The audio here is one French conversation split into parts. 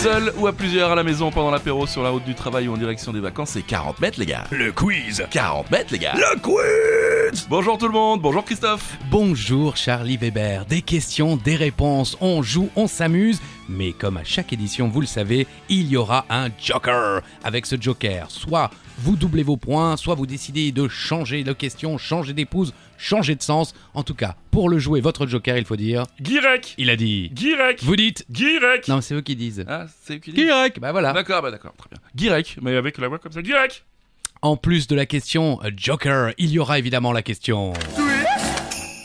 Seul ou à plusieurs à la maison pendant l'apéro, sur la route du travail ou en direction des vacances, c'est 40 mètres, les gars. Le quiz. 40 mètres, les gars. Le quiz. Bonjour tout le monde, bonjour Christophe. Bonjour Charlie Weber, des questions, des réponses, on joue, on s'amuse, mais comme à chaque édition, vous le savez, il y aura un joker. Avec ce joker, soit vous doublez vos points, soit vous décidez de changer de question, changer d'épouse, changer de sens. En tout cas, pour le jouer, votre joker, il faut dire... Guirec. Il a dit... Guirec. Vous dites... Guirec. Non, c'est eux qui disent. Ah, c'est qui dit Guirec Bah voilà. D'accord, bah d'accord, très bien. Guirec, mais avec la voix comme ça. Guirec. En plus de la question euh, Joker, il y aura évidemment la question.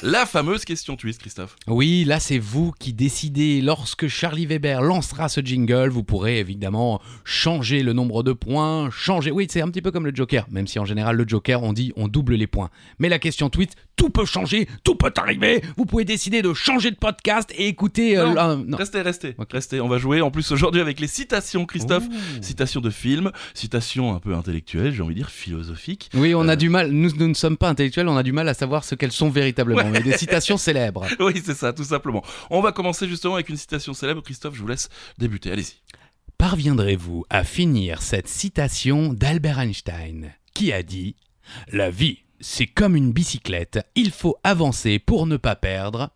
La fameuse question twist, Christophe. Oui, là c'est vous qui décidez. Lorsque Charlie Weber lancera ce jingle, vous pourrez évidemment changer le nombre de points, changer... Oui, c'est un petit peu comme le Joker, même si en général le Joker, on dit on double les points. Mais la question twist, tout peut changer, tout peut arriver. Vous pouvez décider de changer de podcast et écouter... euh, Non. l'un- non. Restez, restez, Ok. restez. On va jouer en plus aujourd'hui avec les citations, Christophe. Ouh. Citations de films, citations un peu intellectuelles, j'ai envie de dire philosophiques. Oui, on Euh. a du mal, nous, nous ne sommes pas intellectuels, on a du mal à savoir ce qu'elles sont véritablement. Mais des citations célèbres. Oui, c'est ça, tout simplement. On va commencer justement avec une citation célèbre. Christophe, je vous laisse débuter. Allez-y. Parviendrez-vous à finir cette citation d'Albert Einstein qui a dit ⁇ La vie, c'est comme une bicyclette, il faut avancer pour ne pas perdre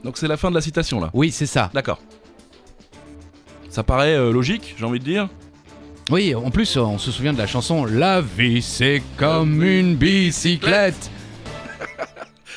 ⁇ Donc c'est la fin de la citation là. Oui, c'est ça. D'accord. Ça paraît euh, logique, j'ai envie de dire. Oui, en plus, on se souvient de la chanson ⁇ La vie, c'est comme une bicyclette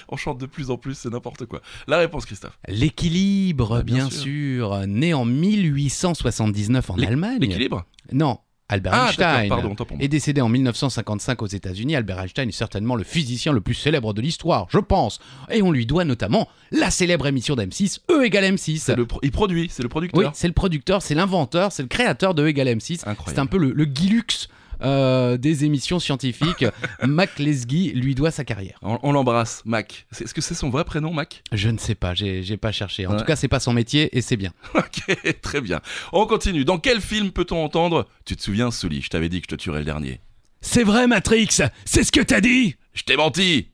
On chante de plus en plus, c'est n'importe quoi. La réponse, Christophe. ⁇ L'équilibre, Ah, bien bien sûr. né en 1879 en L'é- Allemagne. L'équilibre Non, Albert Ah, Einstein. d'accord, pardon, tant pour moi. Est décédé en 1955 aux États-Unis, Albert Einstein est certainement le physicien le plus célèbre de l'histoire, je pense. Et on lui doit notamment la célèbre émission d'M6, E égale M6. C'est le pro- Il produit, c'est le Oui, producteur. c'est le producteur, c'est l'inventeur, c'est le créateur de E égale M6. C'est Incroyable. un peu le, le Guy Lux, euh, des émissions scientifiques. Mac Lesguy lui doit sa carrière. On, on l'embrasse, Mac. C'est- Est-ce que c'est son vrai prénom, Mac Je ne sais pas, j'ai j'ai pas cherché. En Ouais. tout cas, c'est pas son métier et c'est bien. Ok, très bien. On continue. Dans quel film peut-on entendre Tu te souviens, Sully, je t'avais dit que je te tuerais le dernier. C'est vrai, Matrix, c'est ce que t'as dit Je t'ai menti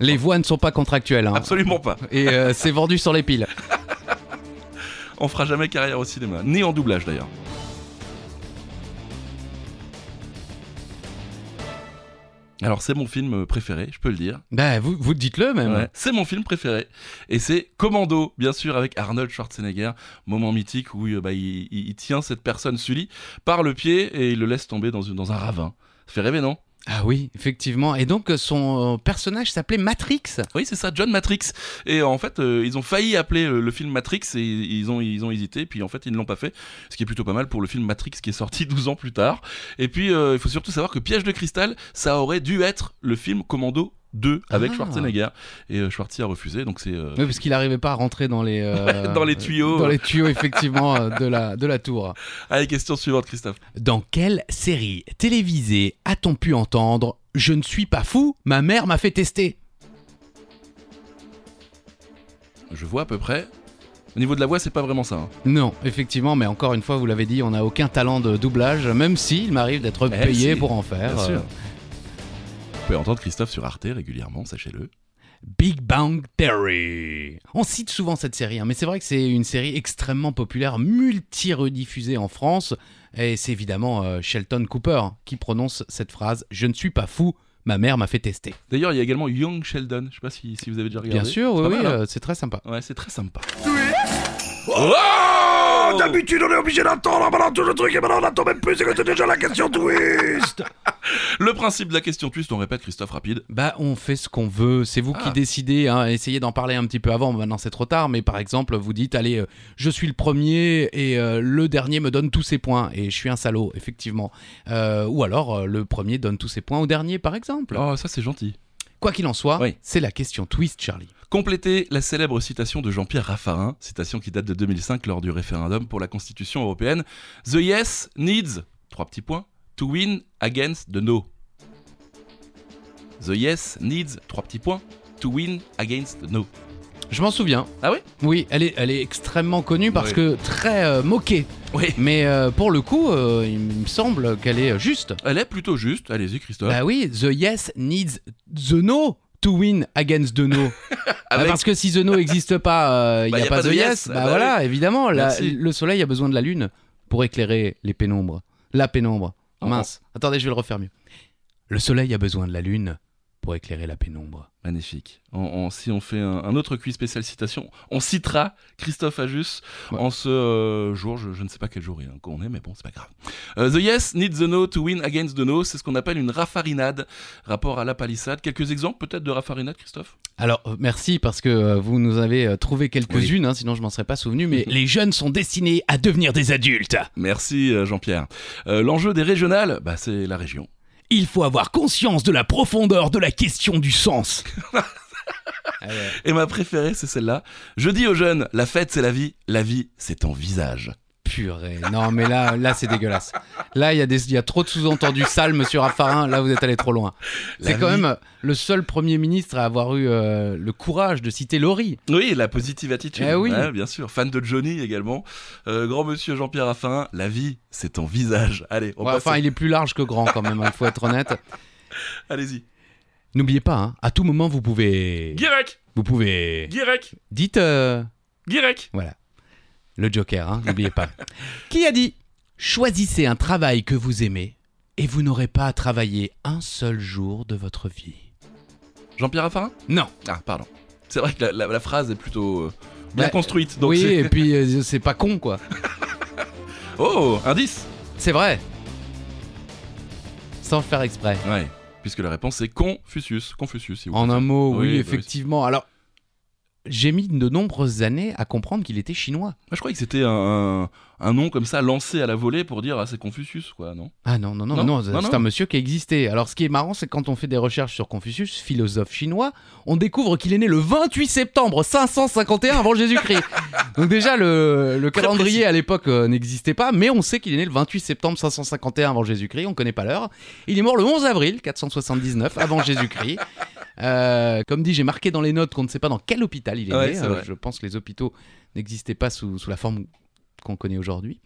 Les voix ne sont pas contractuelles. hein. Absolument pas. Et euh, c'est vendu sur les piles. On fera jamais carrière au cinéma. Ni en doublage d'ailleurs. Alors c'est mon film euh, préféré, je peux le dire. Bah, vous, vous dites-le même. Ouais, C'est mon film préféré. Et c'est Commando, bien sûr, avec Arnold Schwarzenegger. Moment mythique où euh, bah, il, il- il tient cette personne, Sully, par le pied et il le laisse tomber dans, une- dans un ravin. Ça fait rêver, non Ah oui, effectivement. Et donc euh, son euh, personnage s'appelait Matrix. Oui, c'est ça, John Matrix. Et euh, en fait, euh, ils ont failli appeler euh, le film Matrix et ils ont, ils ont hésité. Puis en fait, ils ne l'ont pas fait. Ce qui est plutôt pas mal pour le film Matrix qui est sorti 12 ans plus tard. Et puis, euh, il faut surtout savoir que Piège de cristal, ça aurait dû être le film Commando 2 avec Ah. Schwarzenegger. Et euh, Schwarty a refusé. Donc c'est. euh, Oui, parce qu'il n'arrivait pas à rentrer dans les euh, Dans les tuyaux. dans les tuyaux effectivement euh, de la de la tour. Allez, question suivante, Christophe. Dans quelle série télévisée a-t-on pu entendre Je ne suis pas fou, ma mère m'a fait tester. Je vois à peu près. Au niveau de la voix, c'est pas vraiment ça. hein. Non, effectivement, mais encore une fois, vous l'avez dit, on n'a aucun talent de doublage, même s'il m'arrive d'être Eh, payé si, pour en faire. Bien Euh, sûr. Vous pouvez entendre Christophe sur Arte régulièrement, sachez-le. Big Bang Theory. On cite souvent cette série, hein, mais c'est vrai que c'est une série extrêmement populaire, multi-rediffusée en France. Et c'est évidemment euh, Shelton Cooper qui prononce cette phrase Je ne suis pas fou, ma mère m'a fait tester. D'ailleurs, il y a également Young Sheldon. Je sais pas si, si vous avez déjà regardé. Bien sûr, C'est oui, pas oui, mal, hein. euh, c'est très sympa. Ouais, c'est très sympa. Oh, D'habitude, on est obligé d'attendre pendant tout le truc et maintenant on attend même plus et que c'est déjà la question twist. Le principe de la question twist, on répète, Christophe, rapide. Bah, on fait ce qu'on veut. C'est vous Ah. qui décidez. hein. Essayez d'en parler un petit peu avant. Maintenant, c'est trop tard. Mais par exemple, vous dites Allez, euh, je suis le premier et euh, le dernier me donne tous ses points. Et je suis un salaud, effectivement. Euh, ou alors, euh, le premier donne tous ses points au dernier, par exemple. Oh, ça c'est gentil. Quoi qu'il en soit, Oui. c'est la question twist, Charlie. Complétez la célèbre citation de Jean-Pierre Raffarin, citation qui date de 2005 lors du référendum pour la Constitution européenne. The yes needs, trois petits points, to win against the no. The yes needs, trois petits points, to win against the no. Je m'en souviens. Ah oui Oui, elle est, elle est extrêmement connue parce Oui. que très euh, moquée. Oui. Mais euh, pour le coup, euh, il me semble qu'elle est euh, juste. Elle est plutôt juste. Allez-y, Christophe. Bah oui, the yes needs the no to win against the no. Bah, Avec- parce que si the no n'existe pas, il Bah, n'y a, pas de yes. Ah, Bah, bah voilà, évidemment, la- Merci. le soleil a besoin de la lune pour éclairer les pénombres. La pénombre. Oh. Mince. Attendez, je vais le refaire mieux. Le soleil a besoin de la lune pour éclairer la pénombre. Magnifique. On- on- si on fait un, un autre quiz spécial citation, on citera Christophe Ajus Ouais. en ce euh, jour, je, je ne sais pas quel jour il- qu'on est, mais bon, c'est pas grave. Euh, the yes needs the no to win against the no, c'est ce qu'on appelle une raffarinade, rapport à la palissade. Quelques exemples peut-être de raffarinade, Christophe Alors, euh, merci parce que euh, vous nous avez euh, trouvé quelques-unes, hein, sinon je m'en serais pas souvenu, mais les jeunes sont destinés à devenir des adultes. Merci euh, Jean-Pierre. Euh, L'enjeu des régionales, bah, c'est la région. Il faut avoir conscience de la profondeur de la question du sens. Et ma préférée, c'est celle-là. Je dis aux jeunes, la fête, c'est la vie, la vie, c'est ton visage. Purée, non mais là, là c'est dégueulasse. Là, il y, a des- il y a trop de sous-entendus sales, monsieur Raffarin, là vous êtes allé trop loin. La C'est quand vie- même euh, le seul Premier ministre à avoir eu euh, le courage de citer Laurie. Oui, la positive attitude. Eh oui. Ouais, bien sûr. Fan de Johnny également. Euh, grand monsieur Jean-Pierre Raffarin, la vie, c'est ton visage. Allez, on Ouais, passe. enfin, il est plus large que grand quand même, hein, il faut être honnête. Allez-y. N'oubliez pas, hein, à tout moment vous pouvez... Guirec, Vous pouvez... Guirec, Dites... euh, Guirec. Voilà. Le Joker, hein, n'oubliez pas. Qui a dit Choisissez un travail que vous aimez et vous n'aurez pas à travailler un seul jour de votre vie. Jean-Pierre Raffarin Non. Ah, pardon. C'est vrai que la, la- la phrase est plutôt euh, bien Bah, construite. Donc oui, c'est- et puis euh, c'est pas con, quoi. Oh, indice C'est vrai. Sans le faire exprès. Ouais. Puisque la réponse est Confucius. Confucius, si vous En un mot, oui, Oui, bah oui. effectivement. Alors, j'ai mis de nombreuses années à comprendre qu'il était chinois. Moi, je croyais que c'était un, un- un nom comme ça lancé à la volée pour dire ah, c'est Confucius, quoi, non Ah non, non, non, Non, non, non, c'est non. un monsieur qui a existé. Alors ce qui est marrant, c'est que quand on fait des recherches sur Confucius, philosophe chinois, on découvre qu'il est né le 28 septembre 551 avant Jésus-Christ. Donc déjà, le, le Très calendrier précis. à l'époque euh, n'existait pas, mais on sait qu'il est né le 28 septembre 551 avant Jésus-Christ, on connaît pas l'heure. Il est mort le 11 avril 479 avant Jésus-Christ. Euh, comme dit, j'ai marqué dans les notes qu'on ne sait pas dans quel hôpital il est Ouais, né. c'est Euh, vrai. je pense que les hôpitaux n'existaient pas sous, sous la forme qu'on connaît aujourd'hui.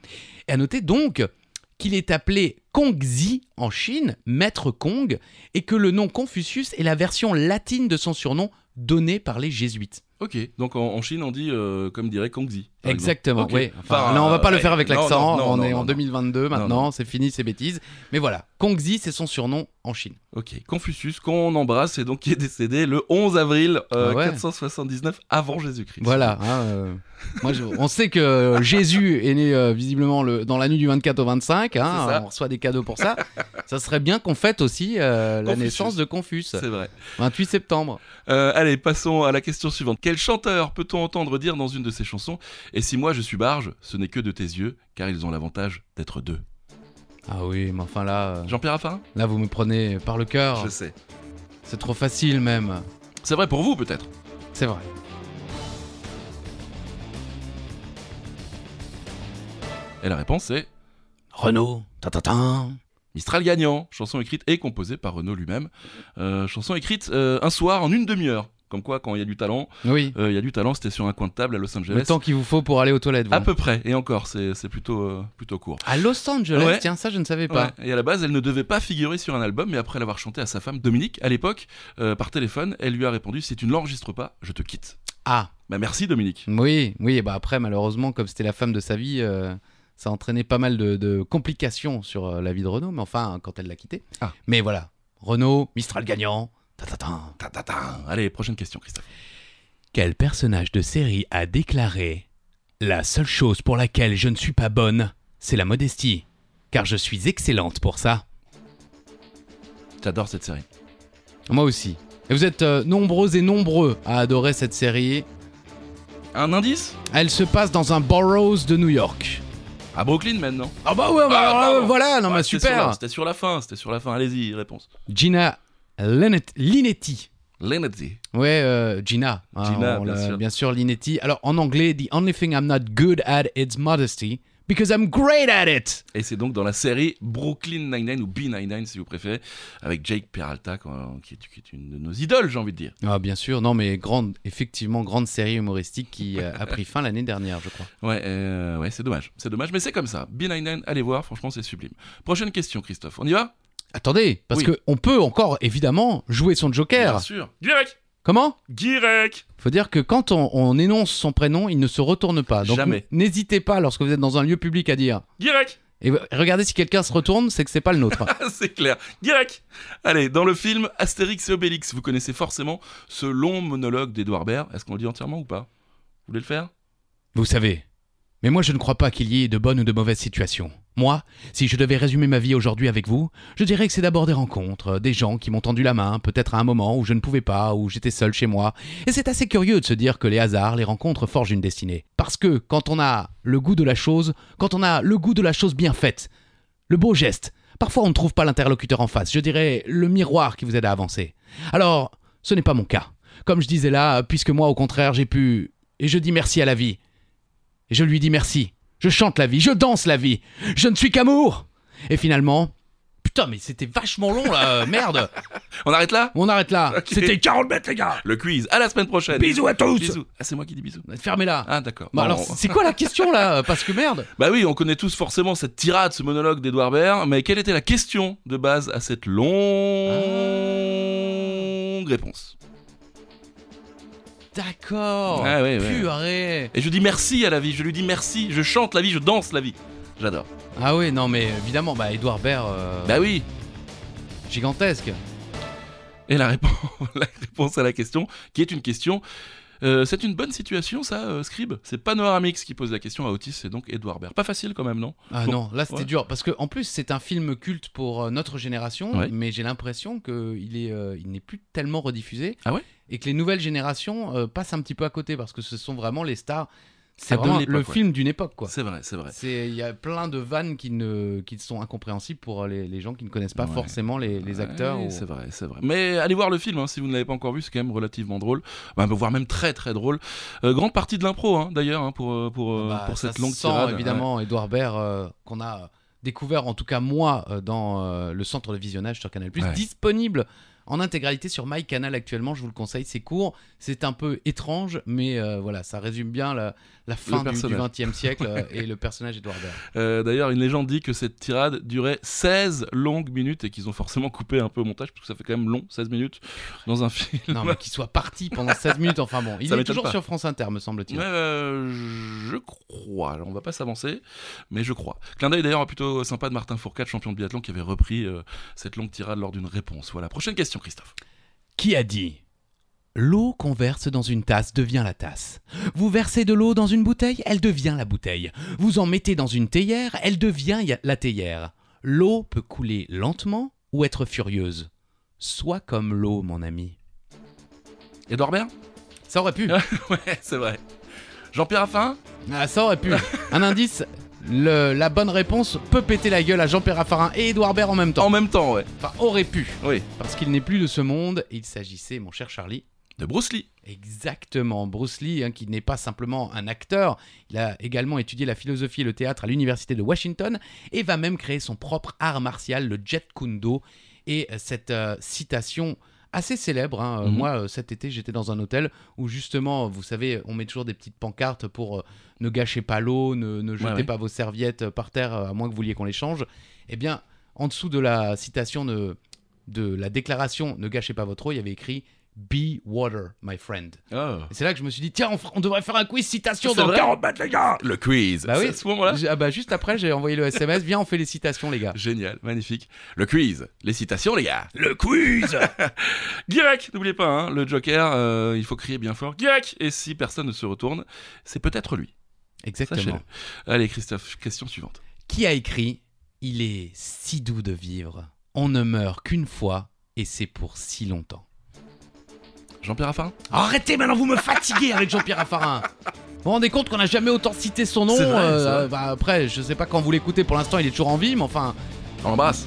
Et à noter donc qu'il est appelé Kongzi en Chine, maître Kong, et que le nom Confucius est la version latine de son surnom donné par les jésuites. Ok, donc en, en Chine on dit, euh, comme dirait Kongzi. par exemple. Exactement, Ok. oui. Enfin, Enfin, là, on va pas euh, le faire ouais. avec Non, l'accent, non, non, on non, est non, en non. 2022 maintenant, c'est fini ces bêtises. Mais voilà, Kongzi, c'est son surnom en Chine. Ok, Confucius, qu'on embrasse et donc qui est décédé le 11 avril euh, Ah ouais. 479 avant Jésus-Christ. Voilà. hein, euh, moi, je- on sait que euh, Jésus est né euh, visiblement le- dans la nuit du 24 au 25. hein, C'est ça. on reçoit des cadeaux pour ça. ça serait bien qu'on fête aussi euh, la Confucius. naissance de Confuce, C'est vrai. 28 septembre. Euh, allez, passons à la question suivante. Quel chanteur peut-on entendre dire dans une de ses chansons Et si moi je suis barge, ce n'est que de tes yeux, car ils ont l'avantage d'être deux. Ah oui, mais enfin là, euh, Jean-Pierre Raffarin là vous me prenez par le cœur. Je sais. C'est trop facile même. C'est vrai pour vous peut-être C'est vrai. Et la réponse est Renaud, ta-ta-tin. Mistral gagnant, chanson écrite et composée par Renaud lui-même. Euh, chanson écrite euh, un soir en une demi-heure. Comme quoi, quand il y a du talent, Oui. euh, il y a du talent, c'était sur un coin de table à Los Le Angeles. temps qu'il vous faut pour aller aux toilettes. vous. À peu près, et encore, c'est c'est plutôt, euh, plutôt court. À Los Angeles, Ouais. tiens, ça je ne savais pas. Ouais, Et à la base, elle ne devait pas figurer sur un album, mais après l'avoir chanté à sa femme Dominique, à l'époque, euh, par téléphone, elle lui a répondu Si tu ne l'enregistres pas, je te quitte. Ah, Bah merci Dominique. oui, oui. et Bah après, malheureusement, comme c'était la femme de sa vie, euh, ça entraînait pas mal de, de complications sur euh, la vie de Renaud, mais enfin, quand elle l'a quitté. Ah. Mais voilà, Renaud, Mistral gagnant. ta-ta-tin. Ta, ta, ta. Allez, prochaine question, Christophe. Quel personnage de série a déclaré La seule chose pour laquelle je ne suis pas bonne, c'est la modestie, car je suis excellente pour ça. J'adore cette série. Moi aussi. Et vous êtes euh, nombreux et nombreux à adorer cette série. Un indice Elle se passe dans un boroughs de New York. À Brooklyn maintenant. Ah bah ouais, bah Ah, alors, pardon. euh, voilà, non Ouais, mais c'était sur la- super. C'était sur la fin, c'était sur la fin. Allez-y, réponse. Gina Linet- Linetti. Lenazi. Ouais, euh, Gina. hein, Gina, on bien l'a- sûr. Bien sûr, Linetti. Alors en anglais, The only thing I'm not good at is modesty. because I'm great at it. Et c'est donc dans la série Brooklyn Nine-Nine ou B99 si vous préférez, avec Jake Peralta quand- qui, est, qui est une de nos idoles, j'ai envie de dire. Ah, bien sûr, non, mais grande, effectivement, grande série humoristique qui euh, a pris fin l'année dernière, je crois. Ouais, euh, ouais, c'est dommage, c'est dommage, mais c'est comme ça. B99, allez voir, franchement, c'est sublime. Prochaine question, Christophe, on y va Attendez, parce Oui. que on peut encore, évidemment, jouer son Bien Joker. sûr. Guirec Comment Guirec Faut dire que quand on, on énonce son prénom, il ne se retourne pas. Donc Jamais. n- n'hésitez pas lorsque vous êtes dans un lieu public à dire. Guirec Et regardez si quelqu'un se retourne, c'est que c'est pas le nôtre. Ah, c'est clair. Guirec Allez, dans le film Astérix et Obélix, vous connaissez forcément ce long monologue d'Edouard Baird. Est-ce qu'on le dit entièrement ou pas Vous voulez le faire Vous savez, mais moi je ne crois pas qu'il y ait de bonnes ou de mauvaises situations. Moi, si je devais résumer ma vie aujourd'hui avec vous, je dirais que c'est d'abord des rencontres, des gens qui m'ont tendu la main, peut-être à un moment où je ne pouvais pas, où j'étais seul chez moi. Et c'est assez curieux de se dire que les hasards, les rencontres forgent une destinée. Parce que quand on a le goût de la chose, quand on a le goût de la chose bien faite, le beau geste, parfois on ne trouve pas l'interlocuteur en face, je dirais le miroir qui vous aide à avancer. Alors, ce n'est pas mon cas. Comme je disais là, puisque moi au contraire j'ai pu... Et je dis merci à la vie. Et je lui dis merci. Je chante la vie, je danse la vie. Je ne suis qu'amour. Et finalement, putain, mais c'était vachement long là, euh, merde. On arrête là On arrête là. Ok. C'était 40 Ah, mètres, les gars Le quiz, à la semaine prochaine Bisous à tous Bisous Ah, c'est moi qui dis bisous. fermé là. Ah, d'accord. Bah Bon, alors, on- c'est quoi la question là euh, Parce que merde. Bah oui, on connaît tous forcément cette tirade, ce monologue d'Edouard Baird, mais quelle était la question de base à cette longue réponse D'accord. Ah ouais, ouais. Purée. Et je dis merci à la vie, je lui dis merci, je chante la vie, je danse la vie. J'adore. Ah ouais, non mais évidemment, bah Edouard Baird, euh, Bah oui gigantesque. Et la réponse, la réponse à la question, qui est une question. euh, c'est une bonne situation, ça, euh, Scribe C'est pas Noaramix qui pose la question à Otis, c'est donc Edouard Baird. Pas facile quand même, non Ah Bon, non, là c'était ouais. dur parce que en plus c'est un film culte pour euh, notre génération, Ouais. mais j'ai l'impression que il est, euh, il n'est plus tellement rediffusé. Ah ouais Et que les nouvelles générations euh, passent un petit peu à côté parce que ce sont vraiment les stars. C'est Ah, de vraiment l'époque, le ouais. film d'une époque quoi. C'est vrai, c'est vrai. C'est il y a plein de vannes qui ne qui sont incompréhensibles pour les, les gens qui ne connaissent pas Ouais. forcément les, les acteurs. Ouais, ou- C'est vrai, c'est vrai. Mais allez voir le film hein, si vous ne l'avez pas encore vu, c'est quand même relativement drôle, Bah, voire même très très drôle. Euh, grande partie de l'impro hein, d'ailleurs hein, pour euh, pour euh, Bah, pour ça cette longue sent, tirade. évidemment Edouard Baird euh, qu'on a euh, découvert en tout cas moi euh, dans euh, le centre de visionnage sur Canal+, Ouais. disponible en intégralité sur MyCanal actuellement, je vous le conseille, c'est court, c'est un peu étrange, mais euh, voilà, ça résume bien la, la fin du- du personnage. XXe siècle euh, et le personnage Edouard Baird. Euh, D'ailleurs, une légende dit que cette tirade durait 16 longues minutes et qu'ils ont forcément coupé un peu au montage parce que ça fait quand même long, 16 minutes dans un film. Non, mais qu'il soit parti pendant 16 minutes, enfin bon, il Ça est m'étonne toujours pas. sur France Inter, me semble-t-il. Ouais, euh, je crois. Alors, on va pas s'avancer, mais je crois. Clin d'œil d'ailleurs plutôt sympa de Martin Fourcade, champion de biathlon, qui avait repris euh, cette longue tirade lors d'une réponse. Voilà. Prochaine question, Christophe. Qui a dit L'eau qu'on verse dans une tasse devient la tasse. Vous versez de l'eau dans une bouteille, elle devient la bouteille. Vous en mettez dans une théière, elle devient ya- la théière. L'eau peut couler lentement ou être furieuse. Sois comme l'eau, mon ami. Edouard Baird Ça aurait pu. Ouais, c'est vrai. Jean-Pierre Affin Ah, ça aurait pu. Un indice le- la bonne réponse peut péter la gueule à Jean-Pierre Raffarin et Édouard Baird en même En temps. même temps, ouais. Enfin, aurait pu. Oui. Parce qu'il n'est plus de ce monde. Il s'agissait, mon cher Charlie, De Bruce Lee. Exactement, Bruce Lee, hein, qui n'est pas simplement un acteur, il a également étudié la philosophie et le théâtre à l'université de Washington et va même créer son propre art martial, le Jet Kundo. Et euh, cette euh, citation assez célèbre, hein, euh, Mhm. moi euh, cet été j'étais dans un hôtel où justement, vous savez, on met toujours des petites pancartes pour euh, ne gâchez pas l'eau, ne, ne jetez ouais. pas vos serviettes euh, par terre, euh, à moins que vous vouliez qu'on les change. Eh bien, en dessous de la citation de, de la déclaration Ne gâchez pas votre eau, il y avait écrit Be water, my friend. Oh. Et c'est là que je me suis dit, tiens, on, fera- on devrait faire un quiz citation C'est dans vrai 40 mètres, les gars Le quiz. Bah oui. C'est à ce moment-là. J'ai- ah bah, juste après, j'ai envoyé le SMS. Viens, on fait les citations, les gars. Génial, magnifique. Le quiz. Les citations, les gars. Le quiz Guirec, n'oubliez pas, hein, le Joker, euh, il faut crier bien fort. Guirec Et si personne ne se retourne, c'est peut-être lui. Exactement. Sachez-le. Allez, Christophe, question suivante. Qui a écrit Il est si doux de vivre. On ne meurt qu'une fois et c'est pour si longtemps. Jean-Pierre Raffarin Arrêtez maintenant, vous me fatiguez avec Jean-Pierre Raffarin. Vous vous rendez compte qu'on n'a jamais autant cité son nom C'est vrai, euh, c'est vrai. euh, bah, Après, je sais pas quand vous l'écoutez. Pour l'instant, il est toujours en vie, mais enfin, On l'embrasse.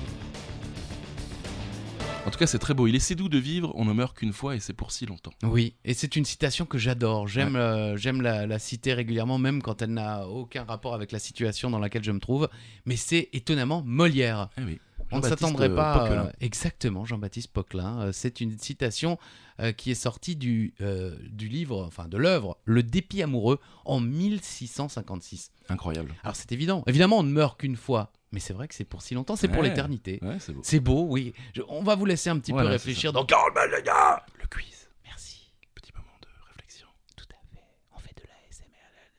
En tout cas, c'est très beau. Il est si doux de vivre, on ne meurt qu'une fois et c'est pour si longtemps. Oui, et c'est une citation que j'adore. J'aime euh, j'aime la, la citer régulièrement, même quand elle n'a aucun rapport avec la situation dans laquelle je me trouve. Mais c'est étonnamment Molière. Eh oui. On ne Jean-Baptiste, s'attendrait euh, pas. Poquelin. euh, exactement, Jean-Baptiste Poquelin. Euh, c'est une citation euh, qui est sortie du, euh, du livre, enfin de l'œuvre, Le dépit amoureux, en 1656. Incroyable. Alors c'est évident. Évidemment, on ne meurt qu'une fois. Mais c'est vrai que c'est pour si longtemps, c'est pour Ouais. l'éternité. Ouais, c'est beau. C'est beau, oui. Je- on va vous laisser un petit Voilà, peu c'est réfléchir. Donc, Calme les gars Le quiz. merci. Petit moment de réflexion. Tout à fait. On fait de la SMR,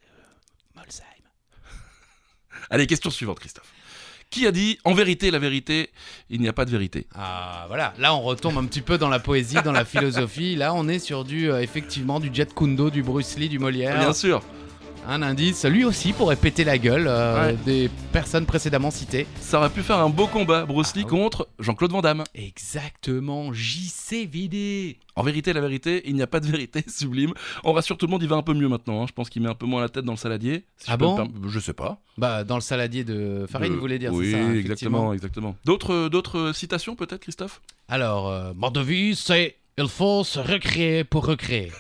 E, Molsheim. Allez, question suivante, Christophe. Qui a dit en vérité la vérité Il n'y a pas de vérité. Ah voilà, là on retombe un petit peu dans la poésie, dans la philosophie. Là on est sur du euh, effectivement du Jet Kundo, du Bruce Lee, du Molière. Bien sûr. Un indice, lui aussi pourrait péter la gueule euh, Ouais. des personnes précédemment citées. Ça aurait pu faire un beau combat, Bruce Lee Ah oui. contre Jean-Claude Van Damme. Exactement, JCVD. En vérité, la vérité, il n'y a pas de vérité, sublime. On rassure tout le monde, il va un peu mieux maintenant. hein. Je pense qu'il met un peu moins la tête dans le saladier. si Ah je peux bon me perm- Je sais pas. Bah dans le saladier de Farine, Euh, vous voulez dire Oui, c'est ça hein, effectivement. exactement, exactement. D'autres, d'autres citations peut-être, Christophe Alors, euh, mort de vie, c'est il faut se recréer pour recréer.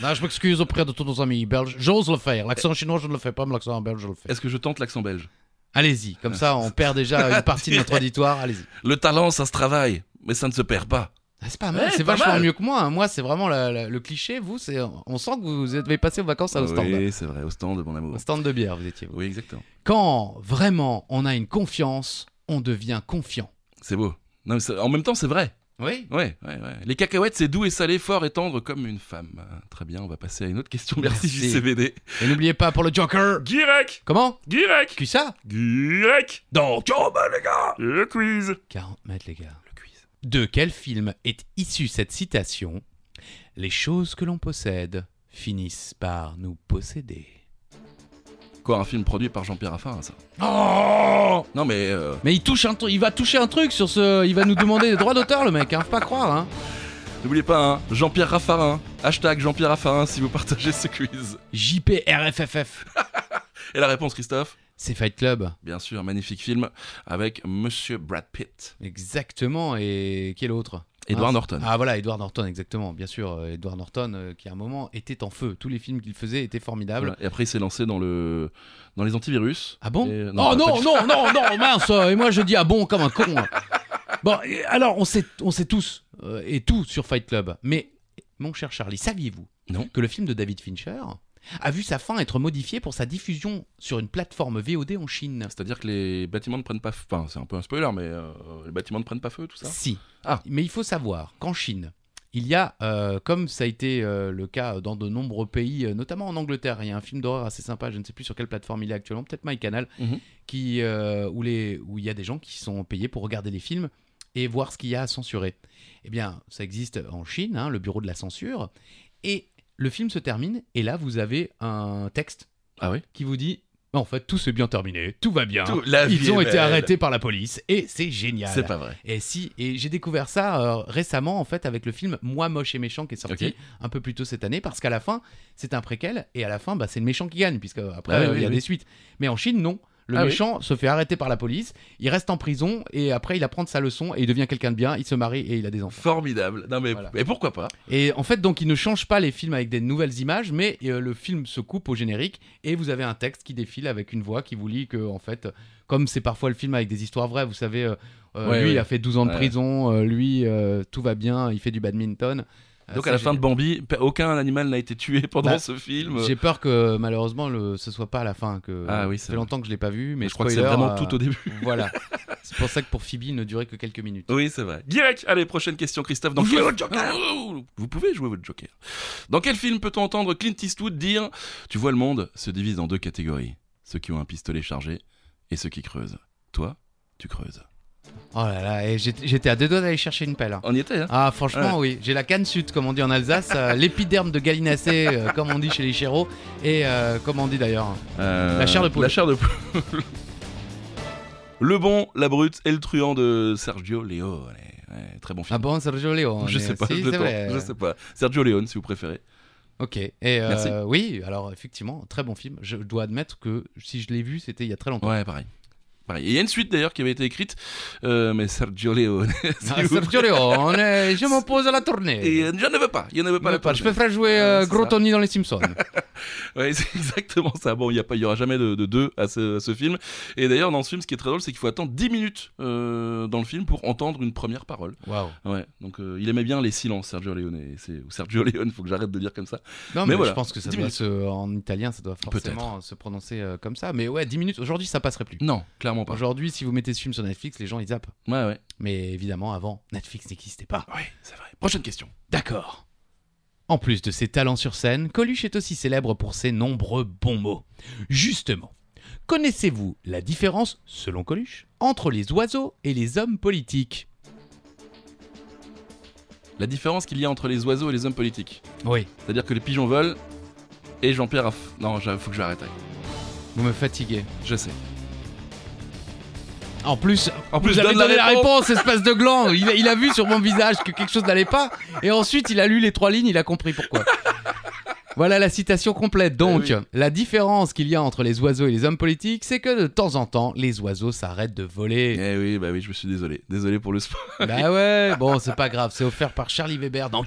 Là, je m'excuse auprès de tous nos amis belges. J'ose le faire. L'accent chinois, je ne le fais pas, mais l'accent belge, je le fais. Est-ce que je tente l'accent belge Allez-y, comme ça, on perd déjà une partie de notre auditoire. Allez-y. Le talent, ça se travaille, mais ça ne se perd pas. Ah, c'est pas mal, Ouais, c'est pas vachement mal. mieux que moi. hein. Moi, c'est vraiment la- la- le cliché. Vous, c'est, on sent que vous avez passé vos vacances à Ostende. Ah Oui, c'est vrai, au stand, mon amour. Au stand de bière, vous étiez. vous. Oui, exactement. Quand vraiment on a une confiance, on devient confiant. C'est beau. Non, mais c'est- en même temps, c'est vrai. Oui. Ouais, ouais, ouais. Les cacahuètes, c'est doux et salé, fort et tendre comme une femme. Ah, Très bien, on va passer à une autre question. Merci, Merci. JCVD. Et n'oubliez pas pour le Joker. Guirec Comment Guirec Qui ça Guirec Dans Calme les gars Le quiz 40 mètres, les gars. Le quiz. De quel film est issue cette citation Les choses que l'on possède finissent par nous posséder. Quoi, un film produit par Jean-Pierre Raffarin, ça Oh Non, mais. euh, Mais il touche un tru- il va toucher un truc sur ce, il va nous demander des droits d'auteur le mec, hein, faut pas croire hein. N'oubliez pas, hein, Jean-Pierre Raffarin. Hashtag Jean-Pierre Raffarin si vous partagez ce quiz. JPRFFF. Et la réponse, Christophe C'est Fight Club. Bien sûr, magnifique film avec Monsieur Brad Pitt. Exactement et quel autre Edward Ah, Norton. Ah voilà, Edward Norton exactement, bien sûr, euh, Edward Norton euh, qui à un moment était en feu, tous les films qu'il faisait étaient formidables. Voilà. Et après, il s'est lancé dans, le... dans les antivirus. Ah bon Et- Oh pas- pas non, du- non, non, non, mince Et moi je dis ah bon comme un con Bon, et alors on sait, on sait tous euh, et tout sur Fight Club, mais mon cher Charlie, saviez-vous Non. que le film de David Fincher a vu sa fin être modifiée pour sa diffusion sur une plateforme VOD en Chine C'est-à-dire que les bâtiments ne prennent pas feu. Enfin, c'est un peu un spoiler, mais euh, les bâtiments ne prennent pas feu, tout ça. Si. Ah. Mais il faut savoir qu'en Chine, il y a, euh, comme ça a été euh, le cas dans de nombreux pays, euh, notamment en Angleterre, il y a un film d'horreur assez sympa, je ne sais plus sur quelle plateforme il est actuellement, peut-être MyCanal, Mhm. qui, euh, où, les, où il y a des gens qui sont payés pour regarder les films et voir ce qu'il y a à censurer. Eh bien, ça existe en Chine, hein, le bureau de la censure, et le film se termine, et là, vous avez un texte Ah oui qui vous dit... En fait, tout s'est bien terminé, tout va bien. Tout- la vie Ah. Ils ont est été belle. arrêtés par la police et c'est génial. C'est pas vrai. Et si, et j'ai découvert ça euh, récemment en fait avec le film Moi moche et méchant qui est sorti Ok. un peu plus tôt cette année parce qu'à la fin c'est un préquel et à la fin bah, c'est le méchant qui gagne puisque après Ah oui, euh, il oui, y a oui. des suites. Mais en Chine non, le Ah oui. méchant se fait arrêter par la police, il reste en prison et après il apprend de sa leçon et il devient quelqu'un de bien, il se marie et il a des enfants. Formidable. Non, mais Voilà. et pourquoi pas Et en fait donc il ne change pas les films avec des nouvelles images mais euh, le film se coupe au générique et vous avez un texte qui défile avec une voix qui vous lit que en fait comme c'est parfois le film avec des histoires vraies, vous savez, euh, euh, Ouais, lui ouais. il a fait 12 ans de Ouais. prison, euh, lui euh, tout va bien, il fait du badminton. Euh, Donc ça, à la j'ai- fin de Bambi, pe- aucun animal n'a été tué pendant Bah, ce film. euh, J'ai peur que malheureusement le, ce soit pas à la fin. Que, Ah oui, ça c'est fait vrai. longtemps que je l'ai pas vu, mais Mais je crois que c'est spoiler, vraiment euh, tout au début. Voilà. C'est pour ça que pour Phoebe, il ne durait que quelques minutes. Oui, c'est vrai. Guirec, allez, prochaine question, Christophe. Dans Vous quel- jouez votre Joker Oh, Vous pouvez jouer votre Joker. Dans quel film peut-on entendre Clint Eastwood dire Tu vois, le monde se divise en deux catégories ceux qui ont un pistolet chargé et ceux qui creusent. Toi, tu creuses. Oh là là, et j'étais j'étais à deux doigts d'aller chercher une pelle. hein. On y était, hein Ah franchement oui, j'ai la canne sud comme on dit en Alsace, euh, l'épiderme de gallinacé euh, comme on dit chez les chéros et euh, comme on dit d'ailleurs. Euh, La chair de poule. La chair de poule. le bon, la brute et le truand de Sergio Leone. Ouais, très bon Ah film. bon Sergio Leone eh, je sais pas, si, je c'est tente, vrai. je sais pas. Sergio Leone, si vous préférez. Ok. Et euh, Merci. oui, alors effectivement, très bon film. Je dois admettre que si je l'ai vu, c'était il y a très longtemps. Ouais, pareil. Pareil. Et Il y a une suite d'ailleurs qui avait été écrite, euh, mais Sergio Leone. si Ah, vous Sergio Leone, euh, je m'oppose à la tournée. Et euh, je ne veux pas, il ne veut pas Mais la pas, je tournée. préfère jouer euh, Ouais, c'est Gros ça. Tony dans Les Simpsons. Ouais, c'est exactement ça. Bon, il n'y a pas- il y aura jamais de, de deux à ce, à ce film. Et d'ailleurs, dans ce film, ce qui est très drôle, c'est qu'il faut attendre 10 minutes euh, dans le film pour entendre une première parole. Waouh. Ouais, donc euh, il aimait bien les silences, Sergio Leone. Et c'est- Ou Sergio Leone, faut que j'arrête de dire comme ça. Non, mais, Mais voilà. je pense que ça Dix doit minutes. se- en italien, ça doit forcément se prononcer euh, comme ça. Mais ouais, 10 minutes. Aujourd'hui, ça passerait plus. Non, clairement pas. Aujourd'hui, si vous mettez ce film sur Netflix, les gens ils zappent. Ouais, ouais. Mais évidemment, avant, Netflix n'existait pas. Ouais, c'est vrai. Prochaine question. D'accord. En plus de ses talents sur scène, Coluche est aussi célèbre pour ses nombreux bons mots. Justement, connaissez-vous la différence, selon Coluche, entre les oiseaux et les hommes politiques La différence qu'il y a entre les oiseaux et les hommes politiques. Oui. C'est-à-dire que les pigeons volent et Jean-Pierre a. f- Non, j'a- faut que j'arrête. avec. Vous me fatiguez. Je sais. En plus, En vous je avez donne donné la réponse, espèce de gland. Il, a- il a vu sur mon visage que quelque chose n'allait pas. Et ensuite, il a lu les trois lignes, il a compris pourquoi. Voilà la citation complète. Donc, Eh la différence qu'il y a entre les oiseaux et les hommes politiques, c'est que de temps en temps, les oiseaux s'arrêtent de voler. Eh oui, bah oui, je me suis désolé. Désolé pour le sport. bah ouais, bon, c'est pas grave, c'est offert par Charlie Weber. Donc,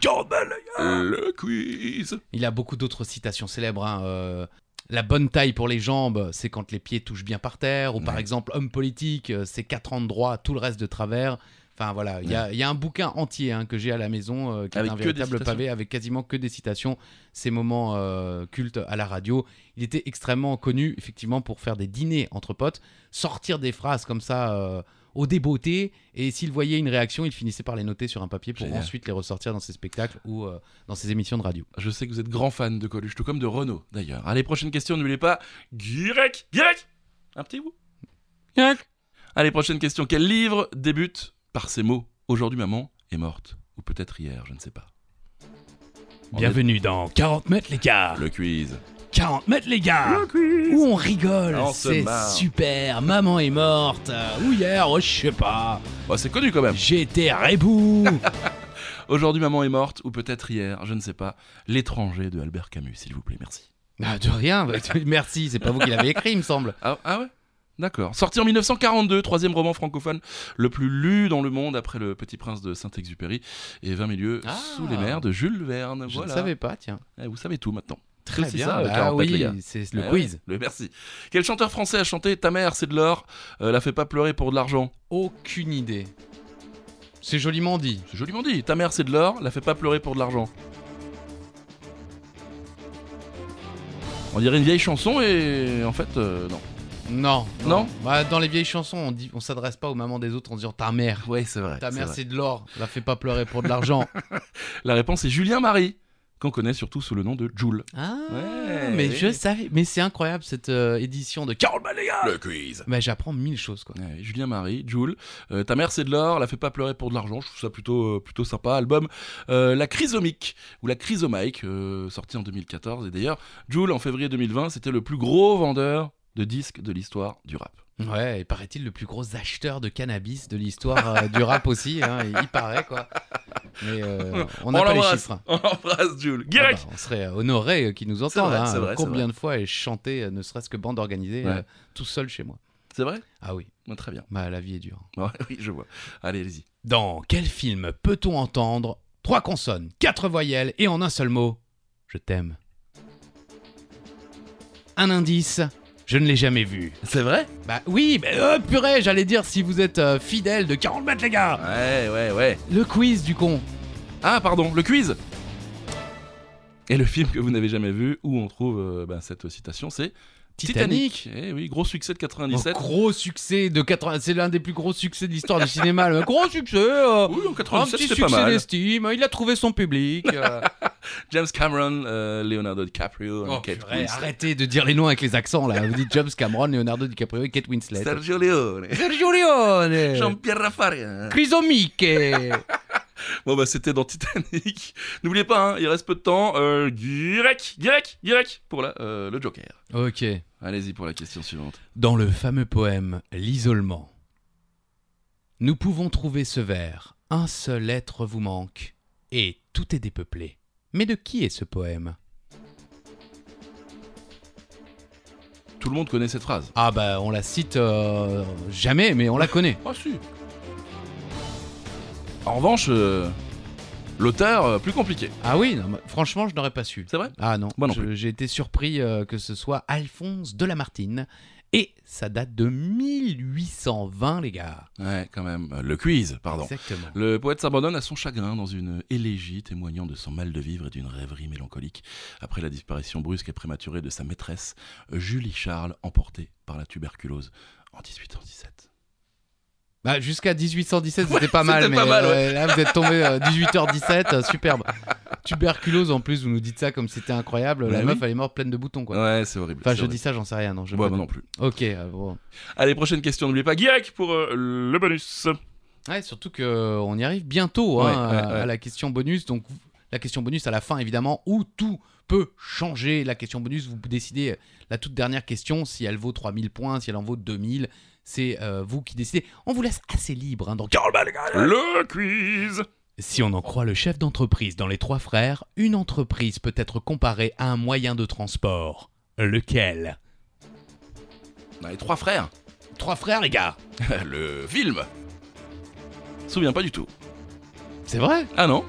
Le quiz. il a beaucoup d'autres citations célèbres. hein, euh, La bonne taille pour les jambes, c'est quand les pieds touchent bien par terre. Ou par Ouais. exemple, homme politique, euh, c'est quatre ans de droit, tout le reste de travers. Enfin voilà, il y a- il y, a un bouquin entier hein, que j'ai à la maison euh, qui Ah Avec est un que des véritable pavé avec quasiment que des citations, ces moments euh, cultes à la radio. Il était extrêmement connu effectivement pour faire des dîners entre potes, sortir des phrases comme ça euh, au débeauté et s'il voyait une réaction, il finissait par les noter sur un papier pour Génial. ensuite les ressortir dans ses spectacles ou euh, dans ses émissions de radio. Je sais que vous êtes grand fan de Coluche, tout comme de Renault d'ailleurs. Allez, prochaine question, n'oubliez pas. Guirec Guirec Un petit vous Allez, prochaine question. Quel livre débute par ces mots Aujourd'hui, maman est morte. Ou peut-être hier, je ne sais pas. On Bienvenue dans 40 mètres les gars est- Le quiz. 40 mètres les gars Où on rigole, Ah, on se c'est marre. super, maman est morte, euh, ou hier, oh, je sais pas, Bon, Bah, c'est connu quand même. j'étais rebou Aujourd'hui, maman est morte. Ou peut-être hier, je ne sais pas. L'étranger de Albert Camus, s'il vous plaît, merci. Ah, De rien, bah, tu- merci, c'est pas vous qui l'avez écrit il me semble. Ah, ah ouais D'accord. Sorti en 1942, troisième roman francophone le plus lu dans le monde après Le Petit Prince de Saint-Exupéry et 20 milieux Ah. sous les mers de Jules Verne. Je voilà. ne savais pas, tiens. Eh, vous savez tout maintenant. Très C'est bien, ça, bah 40 mètres, les oui, gars. c'est le Eh quiz. ouais, le merci. Quel chanteur français a chanté Ta mère, c'est de l'or euh, La fait pas pleurer pour de l'argent Aucune idée. C'est joliment dit. C'est joliment dit. Ta mère, c'est de l'or La fait pas pleurer pour de l'argent. On dirait une vieille chanson et en fait, euh, non. Non. Non Bah, Dans les vieilles chansons, on dit, on s'adresse pas aux mamans des autres en disant ta mère. Ouais, c'est vrai. Ta c'est mère vrai. c'est de l'or, la fais pas pleurer pour de l'argent. La réponse est Julien Marie, qu'on connaît surtout sous le nom de Joule. Ah, Ouais, mais oui. je savais. Mais c'est incroyable cette euh, édition de 40 Le quiz. Mais j'apprends mille choses quoi. Ouais, Julien Marie, Joule. Euh, ta mère c'est de l'or, la fait pas pleurer pour de l'argent, je trouve ça plutôt, euh, plutôt sympa. Album euh, La Chrysomique, ou La Chrysomike, euh, sorti en 2014. Et d'ailleurs, Joule en février 2020, c'était le plus gros vendeur de disques de l'histoire du rap. Ouais, et paraît-il le plus gros acheteur de cannabis de l'histoire euh, du rap aussi. hein, il paraît quoi. Mais euh, on n'a pas les l'embrasse, chiffres. On l'embrasse, Joule. Ah Guirec bah, on serait honoré qu'ils nous C'est entendent. vrai, hein. c'est vrai, c'est Combien de fois ai-je chanté, euh, ne serait-ce que bande organisée, Ouais. euh, tout seul chez moi bah, C'est vrai Ah oui, Ouais, Très bien. bah la vie est dure. Ouais, oui, je vois. Allez, allez-y. Dans quel film peut-on entendre trois consonnes, quatre voyelles et en un seul mot Je t'aime. Un indice, je ne l'ai jamais vu. C'est vrai Bah oui, mais euh, purée, j'allais dire si vous êtes euh, fidèle de 40 mètres les gars. Ouais, ouais, ouais. Le quiz du con. Ah, pardon, le quiz Et le film que vous n'avez jamais vu, où on trouve euh, bah, cette citation, c'est Titanic. Oh, Titanic. Eh oui, gros succès de Un 97. gros succès de 80, c'est l'un des plus gros succès de l'histoire du cinéma. Le gros succès, euh, Oh, oui, en un 97, petit c'était pas succès mal. d'estime. Il a trouvé son public. euh. James Cameron, euh, Leonardo DiCaprio, Oh, Kate purée, Winslet. arrêtez de dire les noms avec les accents là. Vous dites James Cameron, Leonardo DiCaprio et Kate Winslet. Sergio Leone, Sergio Leone Jean-Pierre Raffarin. Crisomique Bon, bah, c'était dans Titanic. N'oubliez pas, hein, il reste peu de temps. Euh, Guirec, Guirec, Guirec pour la, euh, le Joker. Ok. Allez-y pour la question suivante. Dans le fameux poème L'isolement, nous pouvons trouver ce vers Un seul être vous manque et tout est dépeuplé. Mais de qui est ce poème tout le monde connaît cette phrase. Ah bah on la cite euh, jamais, mais on la connaît. Ah si. En revanche, euh, l'auteur, euh, plus compliqué. Ah oui, non, mais franchement, je n'aurais pas su. C'est vrai Ah non, Moi non je- plus. j'ai été surpris euh, que ce soit Alphonse de Lamartine. Et ça date de 1820, les gars. Ouais, quand même. Euh, Le quiz, pardon. Exactement. Le poète s'abandonne à son chagrin dans une élégie témoignant de son mal de vivre et d'une rêverie mélancolique après la disparition brusque et prématurée de sa maîtresse, Julie Charles, emportée par la tuberculose en 1817. Bah, Jusqu'à 1817, c'était pas Ouais, mal, c'était mais pas mal, euh, là, vous êtes tombé euh, 18h17, euh, superbe. Tuberculose en plus, vous nous dites ça comme si c'était incroyable. La Bah meuf, oui. elle est morte pleine de boutons, quoi. Ouais, c'est horrible. enfin, c'est je horrible. dis ça, j'en sais rien. Non, je Ouais, pas moi du- non plus. Ok, euh, bon. Allez, prochaine question, n'oubliez pas Guirec pour euh, le bonus. Ouais, surtout qu'on y arrive bientôt hein, Ouais, à- ouais, ouais. à la question bonus. Donc, la question bonus à la fin, évidemment, où tout peut changer. La question bonus, vous décidez euh, la toute dernière question, si elle vaut 3000 points, si elle en vaut 2000. C'est euh, vous qui décidez. On vous laisse assez libre. Hein, donc, Le quiz Si on en croit le chef d'entreprise dans Les Trois Frères, une entreprise peut être comparée à un moyen de transport. Lequel On a les trois frères. Trois frères, les gars le film. Souviens pas du tout. C'est vrai Ah non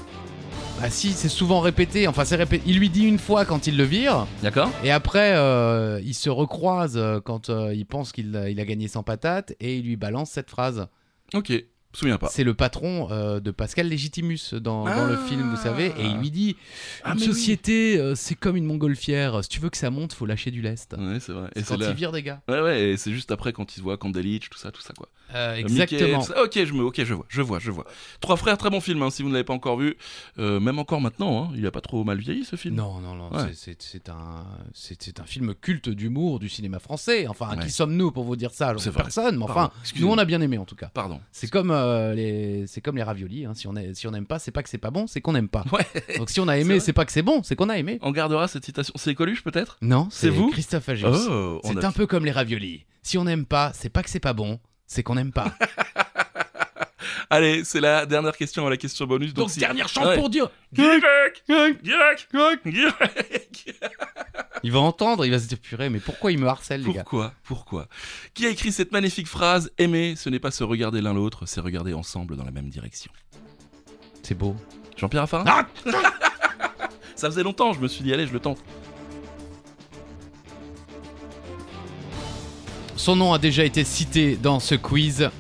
Bah si, c'est souvent répété. Enfin, c'est répété. Il lui dit une fois quand il le vire, D'accord et après, euh, il se recroise euh, quand euh, il pense qu'il euh, il a gagné 100 patates, et il lui balance cette phrase. Ok, souviens pas. C'est le patron euh, de Pascal Légitimus dans, Bah. Ah. dans le film, vous savez, et il lui dit Ah, Une mais oui. société, euh, c'est comme une montgolfière. Si tu veux que ça monte, faut lâcher du lest. Ouais, c'est vrai. Et C'est c'est quand là. il vire des gars. Ouais, ouais, et c'est juste après quand ils se voient Candelich, tout ça, tout ça quoi. Euh, Mickey, exactement. tout ça. ok, je me, ok, je vois, je vois, je vois. Trois frères, très bon film. hein, si vous ne l'avez pas encore vu, Euh, même encore maintenant, hein, il a pas trop mal vieilli ce film. Non, non, non, Ouais. c'est- c'est c'est un, c'est c'est un film culte d'humour du cinéma français. Enfin, Ouais. qui sommes-nous pour vous dire ça Alors, C'est vrai. Personne, mais enfin, Pardon, nous excusez-moi. on a bien aimé en tout cas. Pardon. C'est comme, euh, les, c'est comme les raviolis, hein. si on est- si on n'aime pas, c'est pas que c'est pas bon, c'est qu'on n'aime pas. Ouais. Donc si on a C'est aimé, vrai. c'est pas que c'est bon, c'est qu'on a aimé. On gardera cette citation. C'est Coluche peut-être Non, C'est c'est vous Christophe Agius. Oh, on c'est a- un peu comme les raviolis. Si on n'aime pas, c'est pas que c'est pas bon, c'est qu'on n'aime pas. Allez, c'est la dernière question avant la question bonus. Donc, si- Ouais. dire Guirec Guirec Guirec Il va entendre, il va se dire purée, mais pourquoi il me harcèle, les gars Pourquoi Pourquoi Qui a écrit cette magnifique phrase Aimer, ce n'est pas se regarder l'un l'autre, c'est regarder ensemble dans la même direction. C'est beau. Jean-Pierre Raffarin Ah Ça faisait longtemps, je me suis dit, allez, je le tente. Son nom a déjà été cité dans ce quiz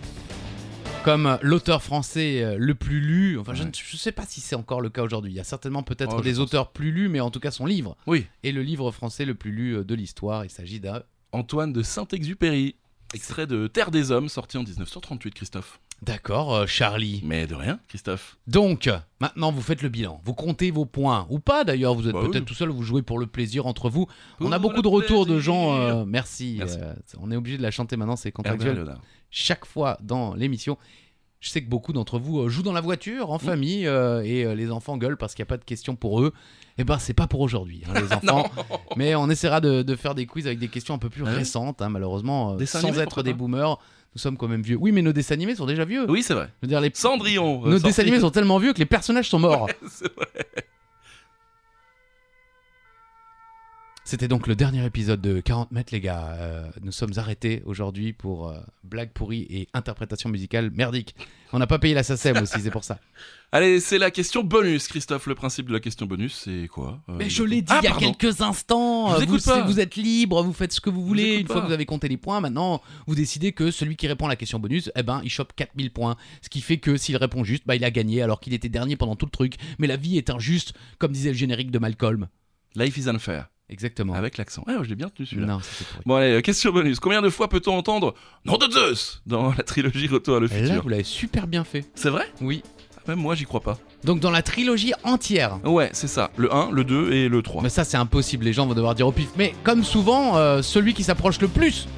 comme l'auteur français euh, le plus lu. Enfin, je ne je sais pas si c'est encore le cas aujourd'hui. Il y a certainement peut-être Oh, je des auteurs plus lus, mais en tout cas son livre Oui. est le livre français le plus lu euh, de l'histoire. Il s'agit d'un. Antoine de Saint-Exupéry, extrait de Terre des Hommes, sorti en 1938, Christophe. D'accord, euh, Charlie. Mais de rien, Christophe. Donc, maintenant, vous faites le bilan. Vous comptez vos points. Ou pas, d'ailleurs. Vous êtes Bah peut-être oui. tout seul, vous jouez pour le plaisir entre vous. On a Pour beaucoup le de retours de plaisir. gens. euh, merci. Merci. Eh ben, euh, on est obligé de la chanter maintenant, c'est Herbert contractuel. Léonard. chaque fois dans l'émission. Je sais que beaucoup d'entre vous euh, jouent dans la voiture, Mm. en famille, euh, et euh, les enfants gueulent parce qu'il n'y a pas de questions pour eux. Eh ben, c'est pas pour aujourd'hui, hein, les enfants. Mais on essaiera de, de faire des quiz avec des questions un peu plus Ouais. récentes, hein, malheureusement, euh, Ah Dessins sans animés, être pourquoi des pas boomers. Nous sommes quand même vieux. Oui, mais nos dessins animés sont déjà vieux. Oui, c'est vrai. Je veux dire, les... Cendrillon. euh, nos sorti- dessins animés sont tellement vieux que les personnages sont morts. C'est vrai. C'était donc le dernier épisode de 40 mètres, les gars. Euh, nous sommes arrêtés aujourd'hui pour euh, blagues pourries et interprétation musicale merdique. On n'a pas payé la SACEM aussi, c'est pour ça. Allez, c'est la question bonus, Christophe. Le principe de la question bonus, c'est quoi Euh, Mais je l'ai dit Ah, il y a pardon. quelques instants. Je vous euh, écoute pas. c'est- vous êtes libre, vous faites ce que vous voulez. écoute Une fois pas. que vous avez compté les points, maintenant, vous décidez que celui qui répond à la question bonus, eh ben, il chope 4000 points. Ce qui fait que s'il répond juste, bah, il a gagné alors qu'il était dernier pendant tout le truc. Mais la vie est injuste, comme disait le générique de Malcolm. Life is unfair. Exactement. Avec l'accent. Ah, je l'ai bien tenu celui-là. non, c'était pourri. Bon, allez, euh, question bonus. Combien de fois peut-on entendre Nom de Zeus dans la trilogie Retour à le Là, futur vous l'avez super bien fait. C'est vrai Ah, Oui. Même moi, j'y crois pas. Donc, dans la trilogie entière. Ouais, c'est ça. Le 1, le 2 et le 3. Mais ça, c'est impossible. Les gens vont devoir dire au pif. Mais comme souvent, euh, celui qui s'approche le plus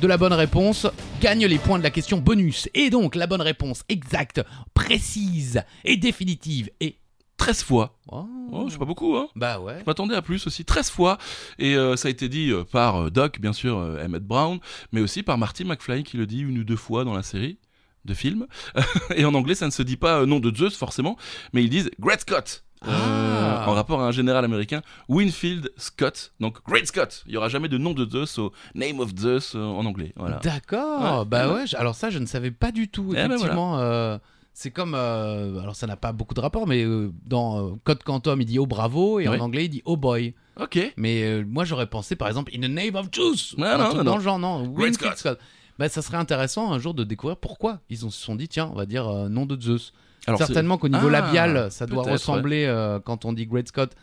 de la bonne réponse gagne les points de la question bonus. Et donc, la bonne réponse exacte, précise et définitive est. 13 fois. Oh. Oh, c'est pas beaucoup, hein Bah ouais. je m'attendais à plus aussi, 13 fois, et euh, ça a été dit euh, par euh, Doc, bien sûr, euh, Emmett Brown, mais aussi par Marty McFly qui le dit une ou deux fois dans la série de films. et en anglais, ça ne se dit pas euh, nom de Zeus forcément, mais ils disent Great Scott. euh, Ah. en rapport à un général américain, Winfield Scott, donc Great Scott. Il n'y aura jamais de nom de Zeus au Name of Zeus euh, en anglais. Voilà. D'accord. Ouais. Bah ouais. je- Alors ça, je ne savais pas du tout. Eh ben Effectivement, euh, c'est comme. euh, alors ça n'a pas beaucoup de rapport, mais euh, dans euh, Code Quantum, il dit oh bravo et Oui. en anglais il dit oh boy. Ok. Mais euh, moi, j'aurais pensé par exemple in the name of juice. Ah, Non, Un non, truc non, dans non. le genre non. Great Winfield Scott. Scott. Bah ça serait intéressant un jour de découvrir pourquoi ils ont- se sont dit tiens on va dire euh, nom de Zeus. Alors, c'est- Certainement qu'au niveau Ah, labial, ça doit peut-être, ressembler, euh, quand on dit Great Scott,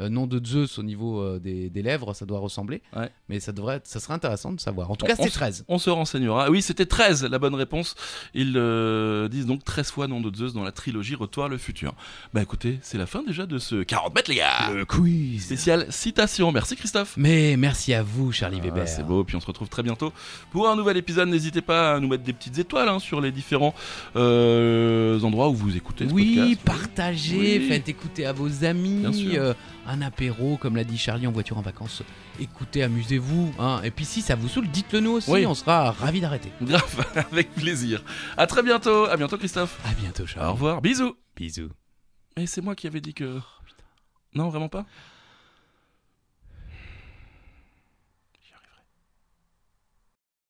euh, nom de Zeus au niveau euh, des, des lèvres, ça doit ressembler. Ouais. Mais ça, devrait être- ça serait intéressant de savoir. En tout On- cas, on c'est s- 13. On se renseignera. Ah Oui, c'était 13 la bonne réponse. Ils euh, disent donc 13 fois nom de Zeus dans la trilogie Retour à le futur. Bah écoutez, c'est la fin déjà de ce 40 mètres, les gars Le quiz. Spécial citation. Merci Christophe Mais merci à vous, Charlie Ah, Weber. c'est beau, puis on se retrouve très bientôt pour un nouvel épisode. N'hésitez pas à nous mettre des petites étoiles hein, sur les différents euh, endroits où vous écoutez ce Oui, podcast. partagez, Oui. faites écouter à vos amis, Bien sûr. euh, un apéro, comme l'a dit Charlie en voiture en vacances. Écoutez, amusez-vous. hein. Et puis si ça vous saoule, dites-le nous aussi, Oui. on sera ravis d'arrêter. Grave, avec plaisir. À très bientôt, à bientôt Christophe. À bientôt, Charlie. Au revoir, bisous. Bisous. Et c'est moi qui avais dit que. Non, vraiment pas